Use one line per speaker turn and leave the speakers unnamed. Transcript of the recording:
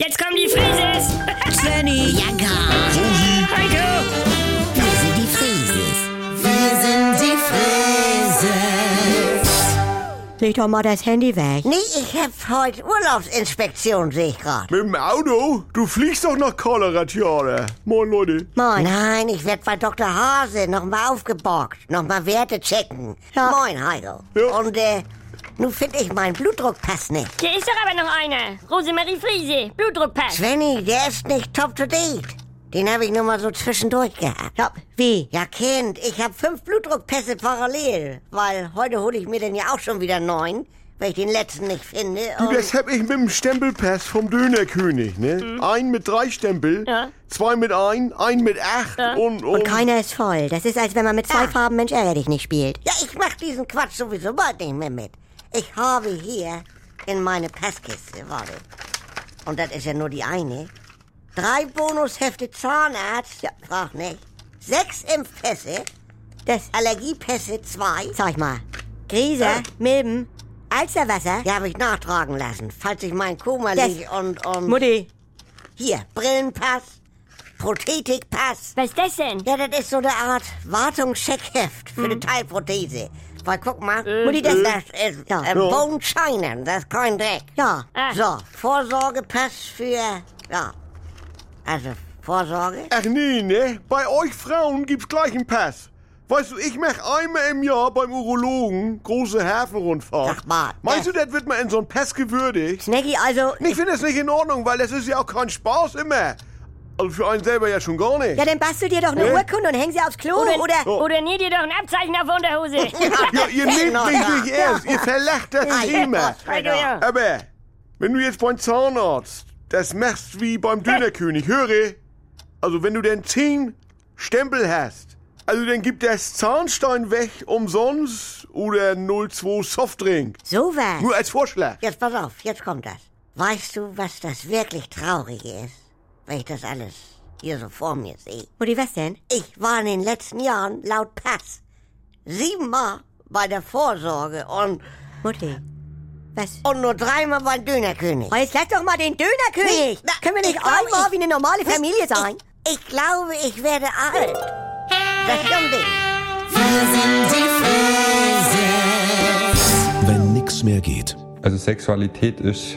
Jetzt kommen die Frieses!
Svenny, Jagger,
Heiko!
wir sind die Frieses. Wir sind die Frieses.
Leg doch mal das Handy weg.
Nee, ich hab heute Urlaubsinspektion, sehe ich gerade.
Mit dem Auto? Du fliegst doch nach Colorado. Äh, Moin, Leute.
Moin.
Nein, ich werd bei Dr. Hase nochmal aufgeborgt, nochmal Werte checken.
Ja.
Moin, Heiko.
Ja.
Und, äh, nun finde ich meinen Blutdruckpass nicht.
Hier ist doch aber noch einer. Rosemarie Friese, Blutdruckpass.
Svenny, der ist nicht top to date. Den habe ich nur mal so zwischendurch gehabt.
Ja, wie?
Ja, Kind, ich hab fünf Blutdruckpässe parallel, weil heute hole ich mir denn ja auch schon wieder neun, weil ich den letzten nicht finde.
Du,
und-
das hab ich mit dem Stempelpass vom Dönerkönig, ne? Ein mit drei Stempel,
Ja.
zwei mit ein, ein mit acht und, und...
Und keiner ist voll. Das ist, als wenn man mit zwei
Hm. Ah.
Farben Mensch ärger dich nicht spielt.
Ja, ich mach diesen Quatsch sowieso bald nicht mehr mit. Ich habe hier in meine Passkiste, warte. Und das ist ja nur die eine. Drei Bonushefte Zahnarzt, ja, frag nicht. Sechs Impfpässe,
Das,
Allergiepässe zwei.
zeig mal. Grise,
Äh.
Milben, Alsterwasser.
Die habe ich nachtragen lassen, falls ich mein Koma
Das-
liege und, und...
Mutti.
Hier, Brillenpass, Prothetikpass.
Was ist das denn?
Ja, das ist so eine Art Wartungscheckheft für
Mhm.
die Teilprothese. Weil guck mal,
Mutti, das-
das ist
Äh, Ja.
äh, Bone Shining, das ist kein Dreck.
Ja.
Ah.
So, Vorsorgepass für, ja, also Vorsorge.
Ach nee, ne? Bei euch Frauen gibt's gleich einen Pass. Weißt du, ich mach einmal im Jahr beim Urologen große Hafenrundfahrt.
Sag mal,
Meinst du, das wird mal in so einen Pass gewürdigt?
Snaggy, also.
Ich finde das nicht in Ordnung, weil das ist ja auch kein Spaß immer. Also für einen selber ja schon gar nicht.
Ja, dann bastel dir doch eine
Äh.
Urkunde und häng sie aufs Klo,
Oder,
oder?
Oh.
oder näht ihr doch ein Abzeichen auf der Unterhose.
Ja, ihr nehmt mich nicht ernst. Ihr verlacht das Thema.
Heiko, ja.
Aber wenn du jetzt beim Zahnarzt das machst wie beim Dönerkönig, höre, also wenn du denn zehn Stempel hast, also dann gibt das Zahnstein weg umsonst oder 02 Softdrink.
So was.
Nur als Vorschlag.
Jetzt pass auf, jetzt kommt das. Weißt du, was das wirklich Traurige ist, wenn ich das alles hier so vor mir sehe?
Mutti, was denn?
Ich war in den letzten Jahren laut Pass siebenmal bei der Vorsorge und,
Mutti. Was?
und nur dreimal beim Dönerkönig.
Oh, jetzt lass doch mal den Dönerkönig.
Nee, na,
Können wir nicht
ich glaub,
einmal
ich-
wie eine normale Familie sein?
Ich, ich glaube, ich werde alt. Das stimmt nicht.
Wenn nix mehr geht.
Also Sexualität ist